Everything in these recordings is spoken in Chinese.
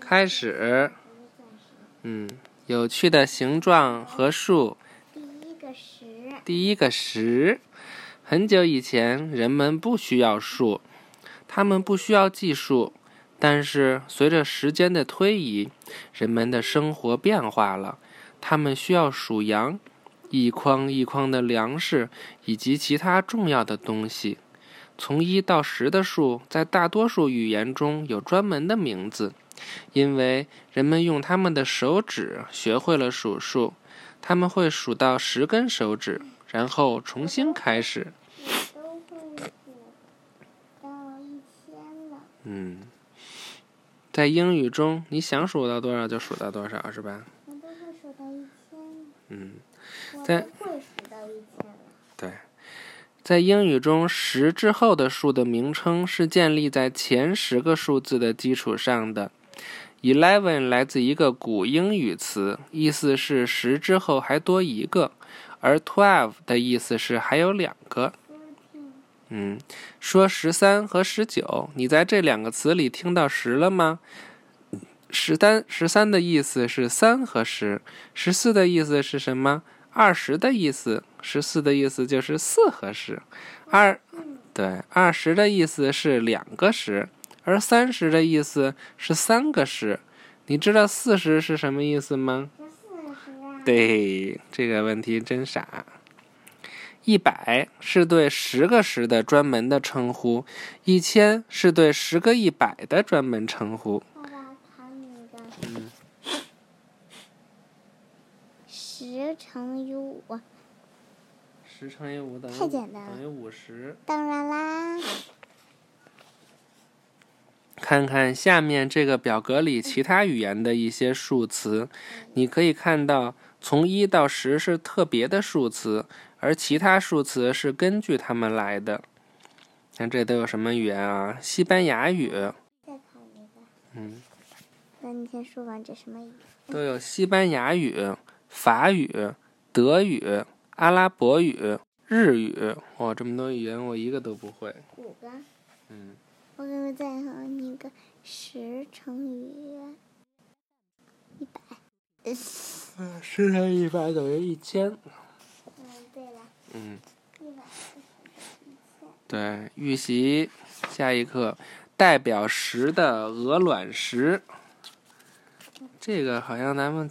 开始。嗯，有趣的形状和数。第一个十，第一个十，很久以前人们不需要数，他们不需要计数。但是随着时间的推移，人们的生活变化了，他们需要数羊，一筐一筐的粮食以及其他重要的东西。从一到十的数在大多数语言中有专门的名字，因为人们用他们的手指学会了数数，他们会数到十根手指，然后重新开始。我都会数到一千了。嗯，在英语中，你想数到多少就数到多少，是吧？我都会数到一千，嗯，我在都会数到一千了。对。在英语中，十之后的数的名称是建立在前十个数字的基础上的。Eleven 来自一个古英语词，意思是十之后还多一个，而 twelve 的意思是还有两个。 Thirteen, 嗯，说十三和十九，你在这两个词里听到十了吗？十三十三的意思是三和十，十四的意思是什么？二十的意思，十四的意思就是四和十，二对二十的意思是两个十，而三十的意思是三个十。你知道四十是什么意思吗？这四十啊，对这个问题真傻。一百是对十个十的专门的称呼，一千是对十个一百的专门称呼。爸爸考你一个。十乘以五，十乘以五等于太简单了等于五十。当然啦，看看下面这个表格里其他语言的一些数词，你可以看到，从一到十是特别的数词，而其他数词是根据它们来的。看这都有什么语言啊？西班牙语，再考你一个。嗯。那你先说完这什么意思？都有西班牙语、法语、德语、阿拉伯语、日语。哇，这么多语言我一个都不会。五个。嗯，我给你再考你一个十乘以一百。嗯，十乘以一百等于一千。对了，嗯，一百是对，预习下一课代表十的鹅卵石。这个好像咱们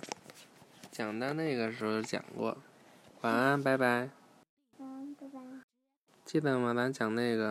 讲到那个时候讲过。晚安，拜拜。三，对吧？记得吗？咱讲那个。